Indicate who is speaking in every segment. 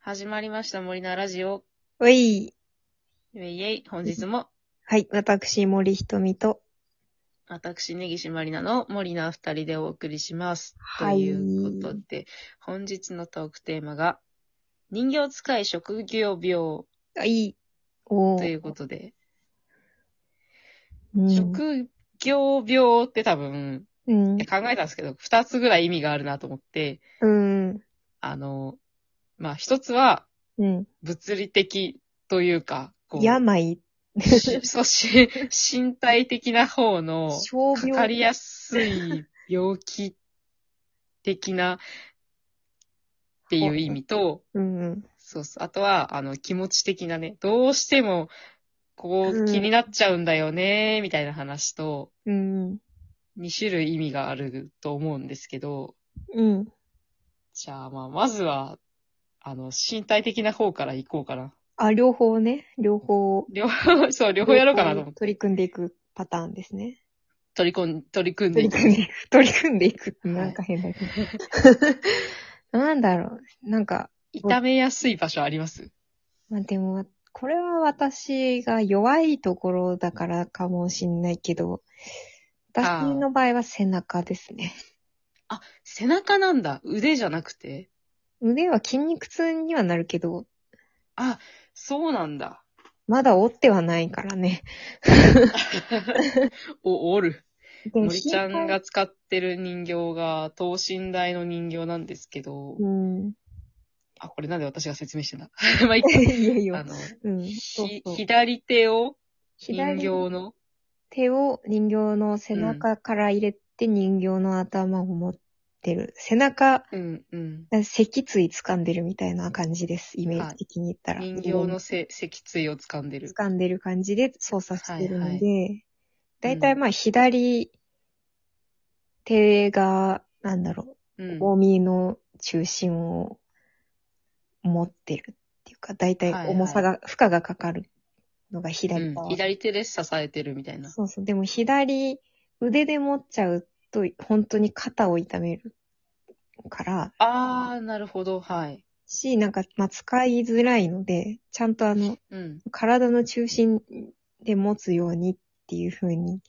Speaker 1: 始まりました、森菜ラジオ。
Speaker 2: うい。
Speaker 1: イェイイェイ。本日も、
Speaker 2: はい。私、森ひとみと。
Speaker 1: 私、根岸まりなの森菜二人でお送りします。
Speaker 2: はい
Speaker 1: ということで、本日のトークテーマが、人形使い職業病
Speaker 2: はい。おー
Speaker 1: ということで、
Speaker 2: うん
Speaker 1: 職業病って多分、
Speaker 2: うん
Speaker 1: いや。考えたんですけど、二つぐらい意味があるなと思って、
Speaker 2: うん。
Speaker 1: あの、まあ、一つは、
Speaker 2: うん。
Speaker 1: 物理的というか、こう、
Speaker 2: 病。
Speaker 1: しそうし、身体的な方の、
Speaker 2: 傷
Speaker 1: かかりやすい病気的なっていう意味と、
Speaker 2: うんうん。
Speaker 1: そうそう。あとは、あの、気持ち的なね、どうしても、こ
Speaker 2: う
Speaker 1: う、
Speaker 2: ん
Speaker 1: 気になっちゃうんだよね、みたいな話と、
Speaker 2: うん。
Speaker 1: 2種類意味があると思うんですけど、
Speaker 2: うん。
Speaker 1: じゃあ、まあ、まずは、あの、身体的な方からいこうかな。
Speaker 2: あ、両方ね。両方。
Speaker 1: 両 方、そう、両方やろうかなと
Speaker 2: 両
Speaker 1: 思っ
Speaker 2: 方
Speaker 1: て、
Speaker 2: 取り組んでいくパターンですね。
Speaker 1: 取りこん、取り組んで
Speaker 2: 取
Speaker 1: い
Speaker 2: り
Speaker 1: く。
Speaker 2: 組んでい く。取り組んでいくってなんか変だけど。なんだろう。なんか、
Speaker 1: 痛めやすい場所あります
Speaker 2: まあ、でも、これは私が弱いところだからかもしんないけど、
Speaker 1: あー
Speaker 2: 私の場合は背中ですね。
Speaker 1: あ、背中なんだ。腕じゃなくて。
Speaker 2: 腕は筋肉痛にはなるけど、
Speaker 1: あ、そうなんだ。
Speaker 2: まだ折ってはないから ね。
Speaker 1: お、おる。
Speaker 2: でも
Speaker 1: 森ちゃんが。使ってる人形が、等身大の人形なんですけど、
Speaker 2: うん。あ
Speaker 1: あ、これなんで私が説明してんだ。 まあ、いいか
Speaker 2: いやい
Speaker 1: あ
Speaker 2: や、
Speaker 1: の、
Speaker 2: うん。そう
Speaker 1: ひ
Speaker 2: そう
Speaker 1: 左手を人
Speaker 2: 左
Speaker 1: 形の、
Speaker 2: 手を人形の背中から入れて人形の頭を持ってる。背中、
Speaker 1: うんうん。
Speaker 2: 脊椎掴んでるみたいな感じです。イメージ的に言ったら。
Speaker 1: 人形のせ脊椎を掴んでる。
Speaker 2: 掴んでる感じで操作してるので、だいた
Speaker 1: う
Speaker 2: い
Speaker 1: ん
Speaker 2: まあ左手が、なんだろ
Speaker 1: う
Speaker 2: う、
Speaker 1: ん。
Speaker 2: 重みの中心を持ってるっていうか、だいた
Speaker 1: はい
Speaker 2: い
Speaker 1: はい
Speaker 2: 重さが、負荷がかかるのが
Speaker 1: う
Speaker 2: 左
Speaker 1: ん
Speaker 2: 側、
Speaker 1: 左手で支えてるみたいな。
Speaker 2: そうそう。でも左腕で持っちゃうと、本当に肩を痛めるから、
Speaker 1: あー、なるほど。はい。
Speaker 2: し、なんか、まあ、使いづらいので、ちゃんとあの、
Speaker 1: うん。
Speaker 2: 体の中心で持つようにっていう風に、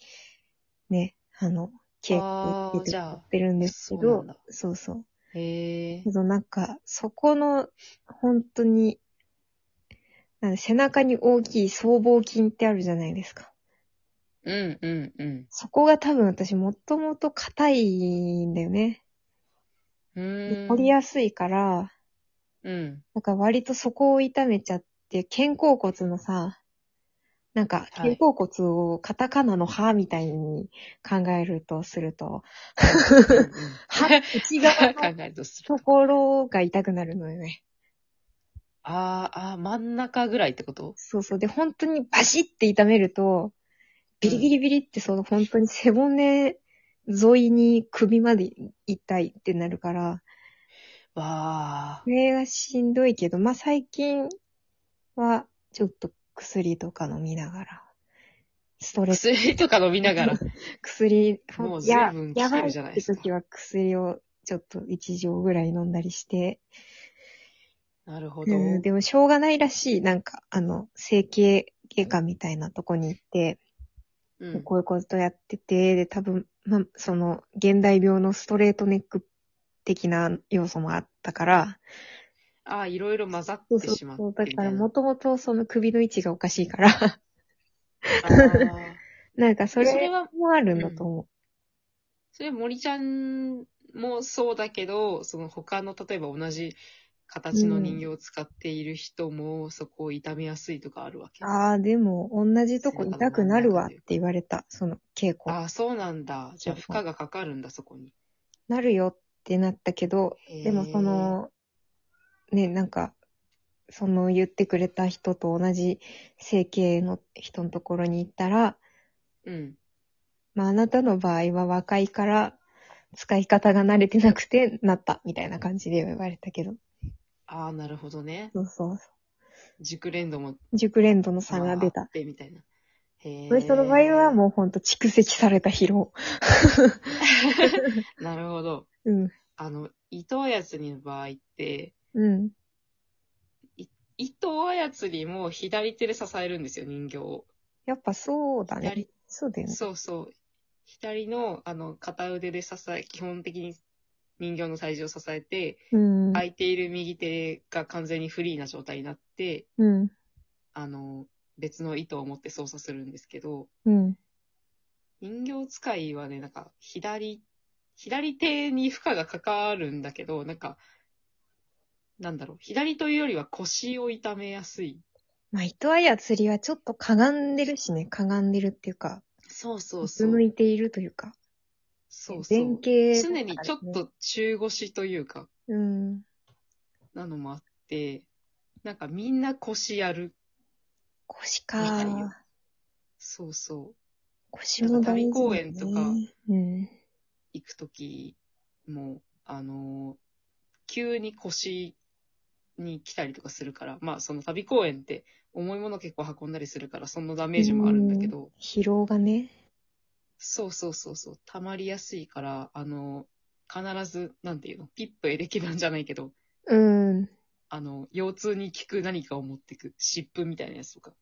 Speaker 2: ね、あの、稽
Speaker 1: あー
Speaker 2: 古をつけ
Speaker 1: じ
Speaker 2: て
Speaker 1: ゃあ
Speaker 2: やってるんです
Speaker 1: そ
Speaker 2: け
Speaker 1: うな
Speaker 2: ど
Speaker 1: んだ、
Speaker 2: そうそう
Speaker 1: へ
Speaker 2: けどなんか、そこの、本当に、なんか背中に大きい僧帽筋ってあるじゃないですか。
Speaker 1: ー。うんうんうん。
Speaker 2: そこが多分私もともと硬いんだよね。
Speaker 1: う
Speaker 2: で
Speaker 1: ーん。
Speaker 2: 凝りやすいから、
Speaker 1: うん。
Speaker 2: なんか割とそこを痛めちゃって、肩甲骨のさ、なんか
Speaker 1: はい
Speaker 2: 肩甲骨をカタカナの歯みたいに考えるとす ると、
Speaker 1: うんうん
Speaker 2: 歯、内
Speaker 1: 考
Speaker 2: 側の
Speaker 1: えるとする
Speaker 2: と。ころが痛くなるのよね。
Speaker 1: あー、あー、真ん中ぐらいってこと
Speaker 2: そうそう。で、本当にバシって痛めると、ビリビリビリってその本当に背骨沿いに首まで痛いってなるから、
Speaker 1: わ
Speaker 2: これがしんどいけど、まあ、最近はちょっと薬とか飲みながら、スト
Speaker 1: ー。
Speaker 2: レス
Speaker 1: 薬とか飲みな がら。
Speaker 2: 薬、
Speaker 1: もう
Speaker 2: いや
Speaker 1: 随分来
Speaker 2: や
Speaker 1: て
Speaker 2: ば
Speaker 1: る
Speaker 2: い
Speaker 1: じゃない
Speaker 2: っ
Speaker 1: で
Speaker 2: て
Speaker 1: すか
Speaker 2: 時は薬をちょっと1錠ぐらい飲んだりして、
Speaker 1: なるほど。
Speaker 2: うん、でもしょうがないらしい、なんか、あの、整形外科みたいなとこに行って、
Speaker 1: うん
Speaker 2: こういうことやってて、で、多分、まあ、その、現代病のストレートネック的な要素もあったから、
Speaker 1: ああ、いろいろ混ざ
Speaker 2: そう
Speaker 1: って
Speaker 2: そう
Speaker 1: しまって
Speaker 2: そう
Speaker 1: み、た
Speaker 2: だ
Speaker 1: いな。
Speaker 2: からもともとその首の位置がおかしいから、
Speaker 1: あー
Speaker 2: なんかそ
Speaker 1: それ
Speaker 2: れ
Speaker 1: は
Speaker 2: もあるんだと思
Speaker 1: それ森ちゃんもそうだけど、その他の、例えば同じ形の人形を使っている人も、そこを痛めやすいとかあるわけ。
Speaker 2: う。ああ、でも、同じとこ痛くなるわって言われた、その稽古。
Speaker 1: あー、そうなんだ。じゃあ、
Speaker 2: そ
Speaker 1: 負
Speaker 2: うそう
Speaker 1: 荷がかかるんだ、そこに。
Speaker 2: なるよってなったけど、
Speaker 1: へー
Speaker 2: でもそ、の、ね、なんか、その言ってくれた人と同じ整形の人のところに行ったら、
Speaker 1: うん。
Speaker 2: まああなたの場合は若いから使い方が慣れてなくてなったみたいな感じで言われたけど。
Speaker 1: ああ、なるほどね。
Speaker 2: そうそう。
Speaker 1: 熟練度も
Speaker 2: 熟練度の差が出。
Speaker 1: あったて、みたいな。へえ。
Speaker 2: その人の場合はもうほんと蓄積された疲 労。
Speaker 1: う。なるほど。
Speaker 2: うん。
Speaker 1: あの、伊藤康にの場合って、
Speaker 2: うん。
Speaker 1: 糸操りも左手で支えるんですよ、人形を。
Speaker 2: やっぱそうだね
Speaker 1: 左。
Speaker 2: そうだよね。
Speaker 1: そうそう。左の、あの、片腕で支え、基本的に人形の体重を支えて、
Speaker 2: うん。
Speaker 1: 空いている右手が完全にフリーな状態になって、
Speaker 2: うん。
Speaker 1: あの、別の糸を持って操作するんですけど、
Speaker 2: うん。
Speaker 1: 人形使いはね、なんか、左、左手に負荷がかかるんだけど、なんか、なんだろう、左というよりは腰を痛めやすい。
Speaker 2: まあ、糸あや釣りはちょっとかがんでるしね。かがんでるっていうか、
Speaker 1: そうそう
Speaker 2: う
Speaker 1: そ
Speaker 2: つ
Speaker 1: う。
Speaker 2: むいているというか、
Speaker 1: そうそう。
Speaker 2: 前傾だからね、
Speaker 1: 常にちょっと中腰というか、
Speaker 2: うん。
Speaker 1: なのもあって、なんかみんな腰やる。
Speaker 2: 腰
Speaker 1: みたいよ
Speaker 2: か。
Speaker 1: そうそう。
Speaker 2: 腰
Speaker 1: な
Speaker 2: も大事、ね。
Speaker 1: んか旅公園とか
Speaker 2: うん。
Speaker 1: 行くときも、あのー急に腰に来たりとかするから、まあその旅公園って重いもの結構運んだりするから、そのダメージもあるんだけど、
Speaker 2: 疲労がね。
Speaker 1: そうそうそうそう、溜まりやすいから、あのー必ず、なんていうの、ピップエレキなんじゃないけど、
Speaker 2: うん。
Speaker 1: あの、腰痛に効く何かを持ってく、湿布みたいなやつとか。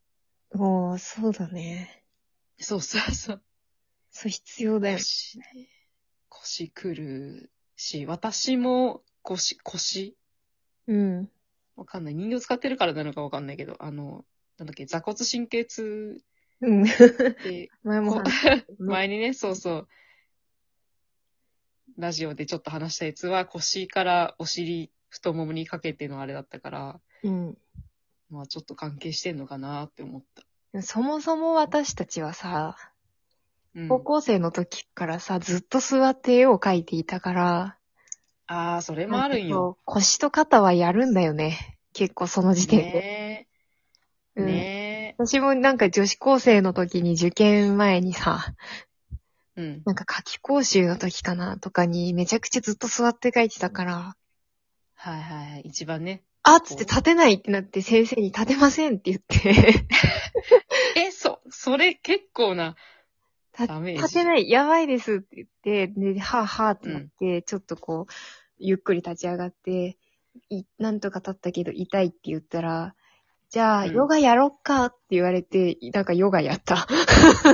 Speaker 2: もう、そうだね。
Speaker 1: そうそうそう。
Speaker 2: そう、必要だよ。
Speaker 1: 腰ね、腰くるし、私も腰、腰
Speaker 2: うん。
Speaker 1: わかんない。人形使ってるからなのかわかんないけど、あの、なんだっけ、座骨神経痛
Speaker 2: うん。
Speaker 1: って、
Speaker 2: 前も話したけどね
Speaker 1: 前にね、そうそう、ラジオでちょっと話したやつは、腰からお尻、太ももにかけてのあれだったから、
Speaker 2: うん。
Speaker 1: まあちょっと関係してんのかなって思った。
Speaker 2: そもそも私たちはさ、
Speaker 1: うん、
Speaker 2: 高校生の時からさ、ずっと座って絵を描いていたから、
Speaker 1: ああ、それもあるんよ。
Speaker 2: そう腰と肩はやるんだよね。結構その時点で。
Speaker 1: ねえ。
Speaker 2: うん
Speaker 1: ね
Speaker 2: 私もなんか女子高生の時に受験前にさ、
Speaker 1: え。うん。
Speaker 2: なんか夏期講習の時かなとかにめちゃくちゃずっと座って描いてたから、
Speaker 1: はいはいはい。一番ね。
Speaker 2: あっつって立てないってなって先生に立てませんって 言って、
Speaker 1: え、そ、それ結構な、
Speaker 2: た
Speaker 1: ダメージ。
Speaker 2: 立てない、やばいですって言って、で、はあはあってなって、ちょっとこう、ゆっくり立ち上がって、い、なんとか立ったけど痛いって言ったら、じゃあ、
Speaker 1: うん
Speaker 2: ヨガやろっかって言われて、なんかヨガやった。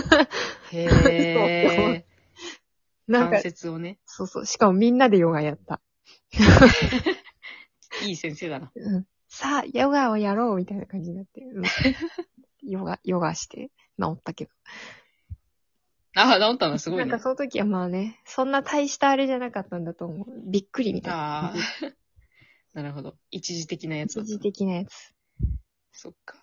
Speaker 1: へー。
Speaker 2: なん
Speaker 1: 関
Speaker 2: か、
Speaker 1: 節をね、
Speaker 2: そうそう、しかもみんなでヨガやった。
Speaker 1: いい先生だな。
Speaker 2: うん、さあ、ヨガをやろうみたいな感じになって、 うんヨガ、ヨガして治ったけど。
Speaker 1: ああ、治ったな、すごい
Speaker 2: なん
Speaker 1: ね
Speaker 2: か。その時はまあね、そんな大したあれじゃなかったんだと思う。びっくりみたいな
Speaker 1: ああ。 なるほど。一時的なやつだ
Speaker 2: 一
Speaker 1: った
Speaker 2: 時。的なやつ。
Speaker 1: そっか。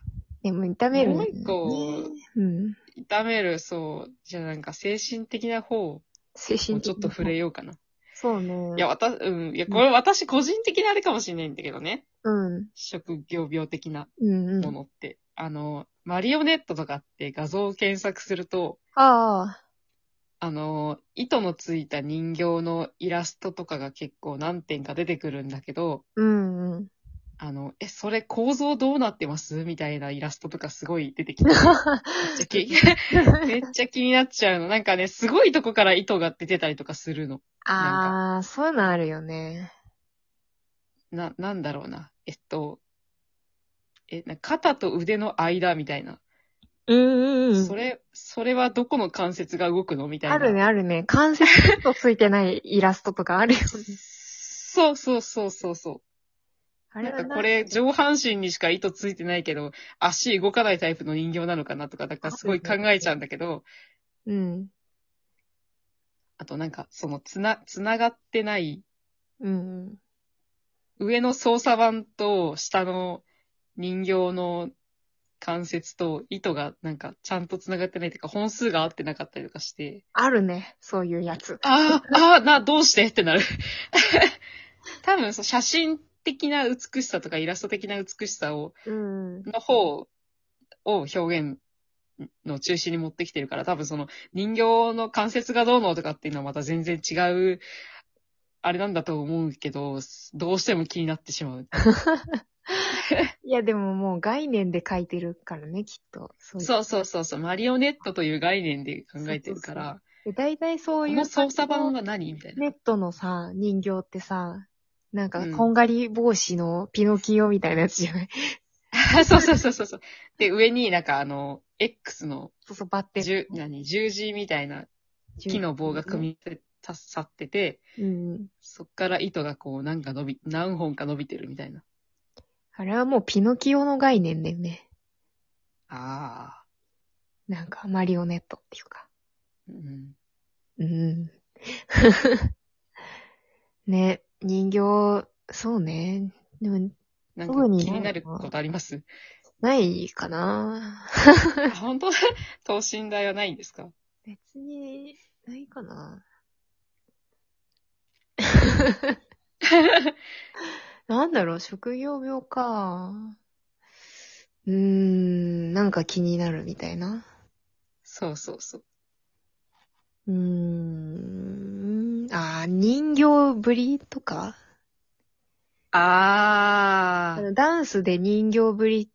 Speaker 2: でも痛めるんだよね
Speaker 1: もう一
Speaker 2: うん。
Speaker 1: 痛める、そう。じゃあなんか精神的な方を
Speaker 2: 精
Speaker 1: もう
Speaker 2: 神的
Speaker 1: ちょっと触れようかな。
Speaker 2: そうね。
Speaker 1: いや、わた、うん。いや、これ私個人的なあれかもしれないんだけどね。
Speaker 2: うん。
Speaker 1: 職業病的な
Speaker 2: うんう
Speaker 1: も
Speaker 2: ん。
Speaker 1: のって。あの、マリオネットとかって画像を検索すると、
Speaker 2: ああ。
Speaker 1: あの、糸のついた人形のイラストとかが結構何点か出てくるんだけど、
Speaker 2: うんうん。
Speaker 1: あの、え、それ構造どうなってますみたいなイラストとかすごい出てきて、め っちゃ気めっちゃ気になっちゃうの。なんかね、すごいとこから糸が出てたりとかするの。
Speaker 2: ああ、そういうのあるよね。
Speaker 1: な、なんだろうな。えっと、え、な肩と腕の間みたいな。
Speaker 2: うん
Speaker 1: それ、それはどこの関節が動くのみたいな。
Speaker 2: あるね、あるね。関節ちょっとついてないイラストとかあるよね。
Speaker 1: そうそうそうそうそう。
Speaker 2: あ れ
Speaker 1: なん
Speaker 2: はな
Speaker 1: かこれ、上半身にしか糸ついてないけど、足動かないタイプの人形なのかなとか、だからすごい考えちゃうんだけど、
Speaker 2: うん。
Speaker 1: あとなんか、そのつな、つながってない、
Speaker 2: うんうん。
Speaker 1: 上の操作盤と下の人形の関節と糸がなんかちゃんとつながってないというか、本数が合ってなかったりとかして、
Speaker 2: あるね、そういうやつ。
Speaker 1: あ あ、ああ、な、どうしてってなる。 多分、そう、写真的な美しさとかイラスト的な美しさを、
Speaker 2: うん。
Speaker 1: の方を表現の中心に持ってきてるから、多分その人形の関節がどうのとかっていうのはまた全然違う、あれなんだと思うけど、どうしても気になってしまう。
Speaker 2: いや、でももう概念で書いてるからね、きっと。そういう
Speaker 1: そうそうそうそう、マリオネットという概念で考えてるか
Speaker 2: そう
Speaker 1: ら、
Speaker 2: で大体そう
Speaker 1: こ
Speaker 2: いう。
Speaker 1: の操作版は何みたいな。
Speaker 2: ネットのさ、人形ってさ、なんか
Speaker 1: う、ん
Speaker 2: こんがり帽子のピノキオみたいなやつじゃない、
Speaker 1: あ そうそうそうそうそう。で、上になんかあの、X の
Speaker 2: そうそう、バッテリー。
Speaker 1: 十、何、十字みたいな木の棒が組み立てたさってて、
Speaker 2: うん。
Speaker 1: そっから糸がこう、なんか伸び、何本か伸びてるみたいな。
Speaker 2: あれはもうピノキオの概念だよね。
Speaker 1: ああ。
Speaker 2: なんか、マリオネットっていうか。
Speaker 1: うん。
Speaker 2: うん。 ね、人形、そうね。でも、
Speaker 1: なん
Speaker 2: 特
Speaker 1: か
Speaker 2: に
Speaker 1: 気になることあり ます
Speaker 2: ないかな
Speaker 1: あ本当等身大はないんですか
Speaker 2: 別に、ないかななんだろう、職業病か。うーん、なんか気になるみたいな。
Speaker 1: そうそうそう。
Speaker 2: うーん、あー、人形ぶりとか
Speaker 1: あ
Speaker 2: あ
Speaker 1: あ。
Speaker 2: のダンスで人形ぶり、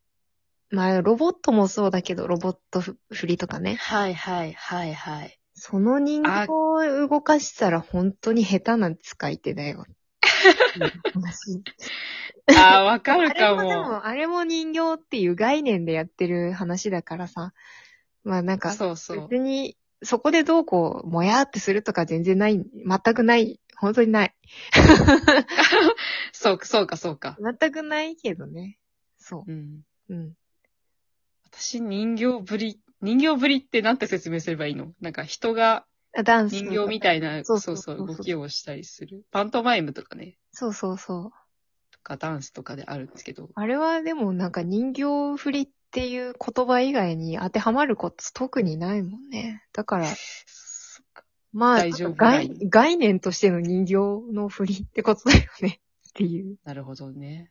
Speaker 2: まあ、ロボットもそうだけど、ロボットふ振りとかね。
Speaker 1: はいはいはいはい。
Speaker 2: その人形を動かしたら本当に下手な使い手だよ。うんマジ
Speaker 1: ああ、わかる
Speaker 2: あれ
Speaker 1: か
Speaker 2: もで
Speaker 1: も。
Speaker 2: も、あれも人形っていう概念でやってる話だからさ。まあなんか、
Speaker 1: そうそう。
Speaker 2: 別に、そこでどうこう、もやーってするとか全然ない、全くない、本当にない。
Speaker 1: そうか、そうか、そうか。
Speaker 2: 全くないけどね。そ
Speaker 1: うん。
Speaker 2: う。うん。
Speaker 1: 私、人形ぶり、人形ぶりってなんて説明すればいいのなんか人が
Speaker 2: あダンス。
Speaker 1: 人形みたいな、
Speaker 2: そ
Speaker 1: そうう
Speaker 2: そ
Speaker 1: そうう
Speaker 2: そう
Speaker 1: 動きをしたりする。パントマイムとかね、
Speaker 2: そうそうそう。
Speaker 1: とかダンスとかであるんですけど。
Speaker 2: あれはでもなんか人形振りっていう言葉以外に当てはまること特にないもんね。だから、
Speaker 1: そっか
Speaker 2: まあ、
Speaker 1: 大丈夫
Speaker 2: 概
Speaker 1: ない
Speaker 2: 概念としての人形の振りってことだよね。っていう。
Speaker 1: なるほどね。